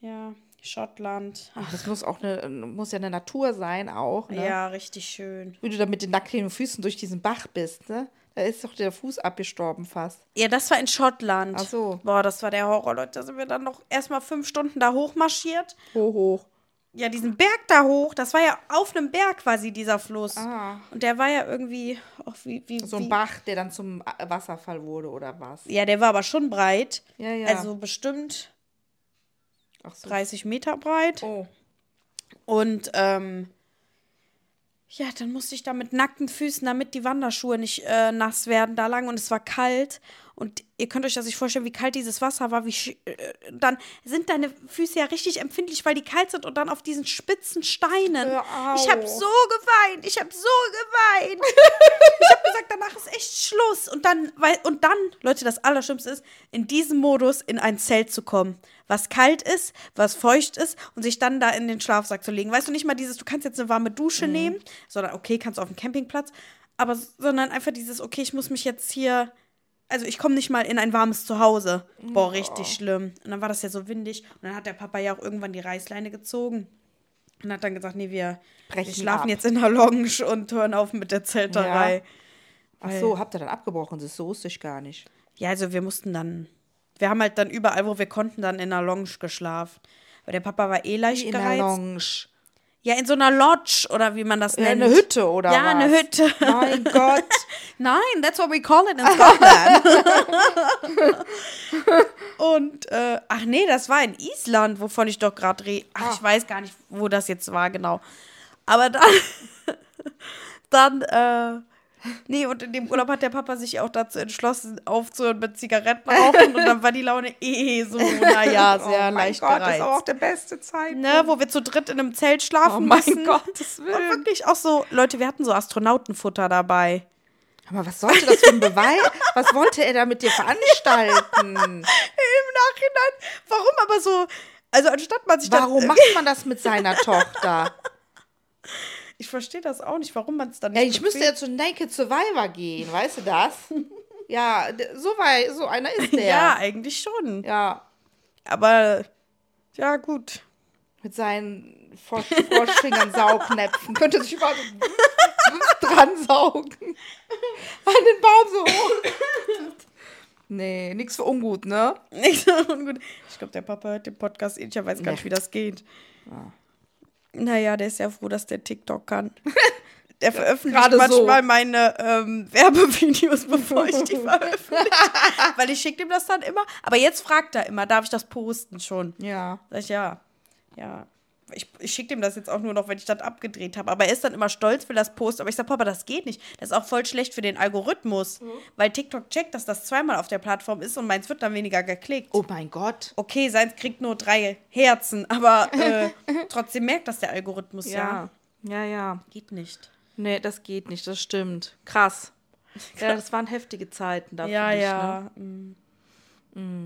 Speaker 3: Ja, Schottland. Ach,
Speaker 4: Das muss auch eine, muss ja eine Natur sein auch, ne?
Speaker 3: ja, richtig schön.
Speaker 4: Wie du da mit den nackten Füßen durch diesen Bach bist, ne? Da ist doch der Fuß abgestorben fast.
Speaker 3: Ja, das war in Schottland.
Speaker 4: Ach so.
Speaker 3: Boah, das war der Horror, Leute. Da sind wir dann noch erstmal fünf Stunden da hochmarschiert.
Speaker 4: Hoch, hoch.
Speaker 3: ja, diesen Berg da hoch, das war ja auf einem Berg quasi dieser Fluss.
Speaker 4: Ah.
Speaker 3: Und der war ja irgendwie, auch wie, wie,
Speaker 4: So
Speaker 3: wie,
Speaker 4: ein Bach, der dann zum äh, Wasserfall wurde oder was?
Speaker 3: Ja, der war aber schon breit.
Speaker 4: Ja, ja.
Speaker 3: Also bestimmt
Speaker 4: Ach so.
Speaker 3: 30 Meter breit.
Speaker 4: Oh.
Speaker 3: Und ähm, ja, dann musste ich da mit nackten Füßen, damit die Wanderschuhe nicht äh, nass werden, da lang. Und es war kalt. Und ihr könnt euch das nicht vorstellen, wie kalt dieses Wasser war. Wie sch- äh, dann sind deine Füße ja richtig empfindlich, weil die kalt sind und dann auf diesen spitzen Steinen.
Speaker 4: Hör auf.
Speaker 3: Ich habe so geweint. Ich habe so geweint. ich habe gesagt, danach ist echt Schluss. Und dann, weil, und dann, Leute, das Allerschlimmste ist, in diesem Modus in ein Zelt zu kommen, was kalt ist, was feucht ist und sich dann da in den Schlafsack zu legen. Weißt du nicht mal dieses, du kannst jetzt eine warme Dusche nehmen, sondern okay, kannst auf dem Campingplatz, aber s- sondern einfach dieses, okay, ich muss mich jetzt hier, also ich komme nicht mal in ein warmes Zuhause. Boah, richtig schlimm. Und dann war das ja so windig und dann hat der Papa ja auch irgendwann die Reißleine gezogen. Und hat dann gesagt, nee, wir, wir
Speaker 4: Brechen
Speaker 3: schlafen
Speaker 4: ab.
Speaker 3: jetzt in der Lounge und hören auf mit der Zelterei.
Speaker 4: Ja. Ach so, habt ihr dann abgebrochen? Das so wusste ich gar nicht.
Speaker 3: Ja, also wir mussten dann. Wir haben halt dann überall, wo wir konnten, dann in einer Lounge geschlafen. Aber der Papa war eh leicht
Speaker 4: In der
Speaker 3: gereizt.
Speaker 4: Lounge.
Speaker 3: Ja, in so einer Lodge oder wie man das
Speaker 4: Ja,
Speaker 3: nennt.
Speaker 4: eine Hütte oder
Speaker 3: Ja,
Speaker 4: was?
Speaker 3: eine Hütte.
Speaker 4: Mein Gott.
Speaker 3: Nein, that's what we call it in Scotland. Und, äh, ach nee, das war in Island, wovon ich doch gerade rede. Ach,
Speaker 4: Ah.
Speaker 3: ich weiß gar nicht, wo das jetzt war, genau. Aber dann, dann, äh, nee, und in dem Urlaub hat der Papa sich auch dazu entschlossen, aufzuhören mit Zigaretten rauchen. und dann war die Laune eh so, naja, sehr
Speaker 4: oh mein
Speaker 3: leicht
Speaker 4: Gott, das
Speaker 3: gereizt.
Speaker 4: ist auch der beste Zeitpunkt.
Speaker 3: Ne, wo wir zu dritt in einem Zelt schlafen
Speaker 4: Oh mein
Speaker 3: müssen.
Speaker 4: Gottes Willen.
Speaker 3: Und wirklich auch so, Leute, wir hatten so Astronautenfutter dabei.
Speaker 4: Aber was sollte das für ein Beweis? was wollte er da mit dir veranstalten?
Speaker 3: im Nachhinein. Warum aber so? Also anstatt man sich
Speaker 4: Warum
Speaker 3: dann,
Speaker 4: macht man das mit seiner Tochter?
Speaker 3: Ich verstehe das auch nicht, warum man es dann
Speaker 4: Ja,
Speaker 3: nicht.
Speaker 4: ich müsste
Speaker 3: bequem-
Speaker 4: ja zu Naked Survivor gehen, weißt du das? Ja, d- so, wei- so einer ist der.
Speaker 3: Ja, eigentlich schon.
Speaker 4: ja
Speaker 3: Aber ja, gut.
Speaker 4: mit seinen Frosch Froschfingern, Saugnäpfen. Könnte sich überall so dran saugen. An den Baum so hoch. Nee, nichts für ungut, ne?
Speaker 3: Nicht so ungut. Ich glaube, der Papa hört den Podcast eh nicht, er weiß gar nicht, wie das geht.
Speaker 4: Ah.
Speaker 3: Naja, der ist ja froh, dass der TikTok kann. Der veröffentlicht
Speaker 4: gerade so.
Speaker 3: manchmal meine ähm, Werbevideos, bevor ich die veröffentliche. Weil ich schicke ihm das dann immer. Aber jetzt fragt er immer, darf ich das posten schon?
Speaker 4: Ja.
Speaker 3: Sag ich, ja, ja. Ich, ich schicke dem das jetzt auch nur noch, wenn ich das abgedreht habe. Aber er ist dann immer stolz, will das posten. Aber ich sage, Papa, das geht nicht. Das ist auch voll schlecht für den Algorithmus. Weil TikTok checkt, dass das zweimal auf der Plattform ist und meins wird dann weniger geklickt.
Speaker 4: Oh mein Gott.
Speaker 3: Okay, seins kriegt nur drei Herzen, aber äh, trotzdem merkt das der Algorithmus, ja.
Speaker 4: Ja, ja.
Speaker 3: Geht nicht.
Speaker 4: Nee, das geht nicht, das stimmt. Krass. Ja, das waren heftige Zeiten da.
Speaker 3: Ja,
Speaker 4: für dich,
Speaker 3: ja.
Speaker 4: Ne?
Speaker 3: mm.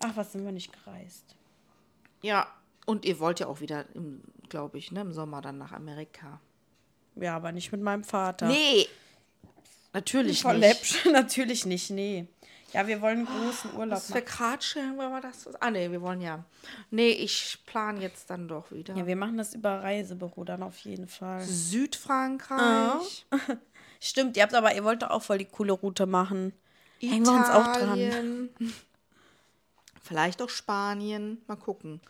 Speaker 3: Ach, was sind wir nicht gereist?
Speaker 4: Ja. Und ihr wollt ja auch wieder, glaube ich, ne, im Sommer dann nach Amerika.
Speaker 3: Ja, aber nicht mit meinem Vater.
Speaker 4: Nee. Natürlich
Speaker 3: Frau
Speaker 4: nicht.
Speaker 3: Läppsch, natürlich nicht, nee. Ja, wir wollen großen Urlaub
Speaker 4: Das wäre
Speaker 3: machen.
Speaker 4: gerade schön, wenn wir das. Ah, nee, wir wollen ja. Nee, ich plane jetzt dann doch wieder.
Speaker 3: Ja, wir machen das über Reisebüro dann auf jeden Fall.
Speaker 4: Südfrankreich,
Speaker 3: Stimmt, ihr habt aber, ihr wollt doch auch voll die coole Route machen.
Speaker 4: Italien.
Speaker 3: Hängen wir uns auch dran.
Speaker 4: Vielleicht auch Spanien. Mal gucken.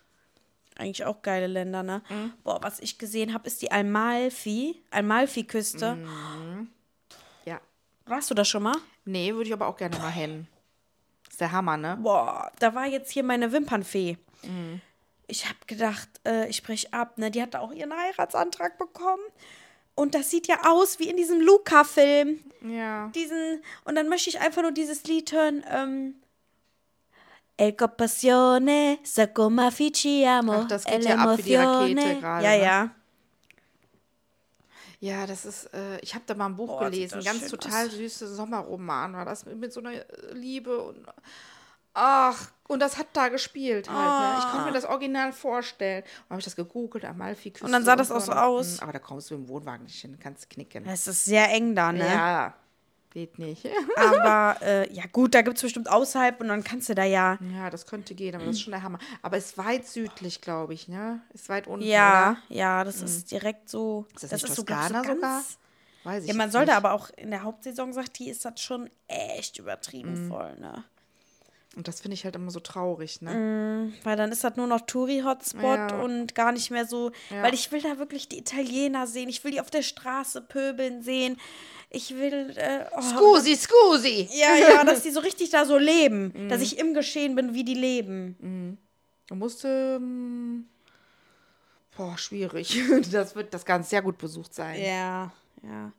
Speaker 3: Eigentlich auch geile Länder, ne? Boah, was ich gesehen habe, ist die Amalfi, Amalfi-Küste.
Speaker 4: Ja.
Speaker 3: Warst du da schon mal?
Speaker 4: Nee, würde ich aber auch gerne mal hin. Ist der Hammer, ne?
Speaker 3: Boah, da war jetzt hier meine Wimpernfee. Mhm. Ich habe gedacht, äh, ich brech ab, ne? Die hat da auch ihren Heiratsantrag bekommen. Und das sieht ja aus wie in diesem Luca-Film.
Speaker 4: Ja.
Speaker 3: diesen und dann möchte ich einfach nur dieses Lied hören. Ähm, El compassione, sacoma ficiamo.
Speaker 4: Ach, das geht ja ab wie die Rakete gerade,
Speaker 3: Ja,
Speaker 4: ne?
Speaker 3: ja.
Speaker 4: Ja, das ist, äh, ich habe da mal ein Buch
Speaker 3: sieht
Speaker 4: gelesen,
Speaker 3: das
Speaker 4: ganz
Speaker 3: schön
Speaker 4: total
Speaker 3: aus.
Speaker 4: süße Sommerroman war das mit, mit so einer äh, Liebe und ach, und das hat da gespielt halt, ne? Ich konnte mir das Original vorstellen. Und habe ich das gegoogelt, Amalfi
Speaker 3: Ah. Und dann sah das auch so aus.
Speaker 4: hm, Aber da kommst du im Wohnwagen nicht hin, kannst knicken.
Speaker 3: Es ist sehr eng da, ne?
Speaker 4: Ja, geht nicht.
Speaker 3: Aber äh, ja, gut, da gibt es bestimmt außerhalb und dann kannst du da ja.
Speaker 4: ja, das könnte gehen, aber das ist schon der Hammer. Aber ist weit südlich, glaube ich, ne? Ist weit unten. Oder?
Speaker 3: Ja,
Speaker 4: Mhm.
Speaker 3: ja, das ist direkt so.
Speaker 4: Ist das, nicht
Speaker 3: glaub ich,
Speaker 4: Toskana sogar? Weiß ich
Speaker 3: Ja, man
Speaker 4: jetzt
Speaker 3: soll da
Speaker 4: nicht.
Speaker 3: aber auch in der Hauptsaison, sagt die, ist das schon echt übertrieben
Speaker 4: Mhm.
Speaker 3: voll, ne?
Speaker 4: Und das finde ich halt immer so traurig, ne?
Speaker 3: Mhm. Weil dann ist das nur noch Touri-Hotspot
Speaker 4: Ja.
Speaker 3: und gar nicht mehr so. Weil ich will da wirklich die Italiener sehen. Ich will die auf der Straße pöbeln sehen. Ich will. Äh, oh.
Speaker 4: Scusi, scusi!
Speaker 3: Ja, Mhm. ja, dass die so richtig da so leben. Dass ich im Geschehen bin, wie die leben.
Speaker 4: Du musst, ähm, boah, schwierig. Das wird, das kann sehr gut besucht sein.
Speaker 3: Ja, ja.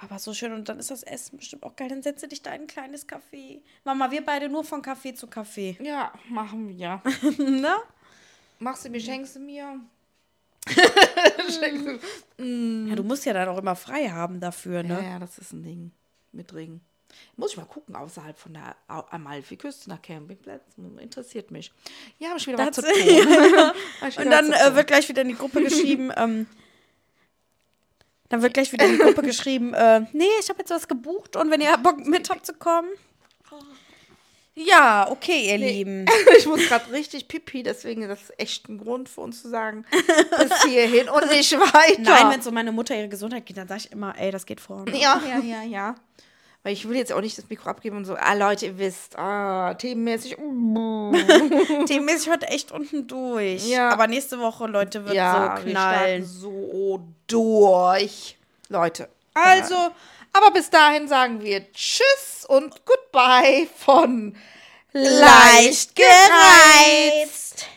Speaker 3: Aber so schön. Und dann ist das Essen bestimmt auch geil. Dann setze dich da in ein kleines Café. Mama, wir beide nur von Café zu Café.
Speaker 4: Ja, machen wir.
Speaker 3: Ne?
Speaker 4: Machst du mir, schenkst du mir?
Speaker 3: Ja, du musst ja dann auch immer frei haben dafür, ne?
Speaker 4: Ja, ja, das ist ein Ding. Mit Ring. Muss ich mal gucken, außerhalb von der Au- Amalfi-Küste nach Campingplätzen. Interessiert mich. Ja, hab ich wieder was zu
Speaker 3: Das-
Speaker 4: tun. Hab ich wieder
Speaker 3: Und dann
Speaker 4: was zu
Speaker 3: äh,
Speaker 4: tun.
Speaker 3: wird gleich wieder in die Gruppe geschrieben, ähm, dann wird gleich wieder in die Gruppe geschrieben, äh, nee, ich habe jetzt was gebucht und wenn ihr Bock mit habt zu kommen. Ja, okay, ihr Lieben.
Speaker 4: ich muss gerade richtig pipi, deswegen ist das echt ein Grund für uns zu sagen, bis hierhin und nicht weiter.
Speaker 3: Nein, wenn es um meine Mutter ihre Gesundheit geht, dann sage ich immer, ey, das geht vorne.
Speaker 4: Ja, ja, ja, ja. Weil ich will jetzt auch nicht das Mikro abgeben und so, ah Leute, ihr wisst, ah, themenmäßig. mm.
Speaker 3: Themenmäßig hört echt unten durch.
Speaker 4: Ja.
Speaker 3: Aber nächste Woche, Leute, wird so
Speaker 4: wir starten
Speaker 3: knallen.
Speaker 4: so durch. Leute. Also, aber bis dahin sagen wir Tschüss und Goodbye von Leicht gereizt.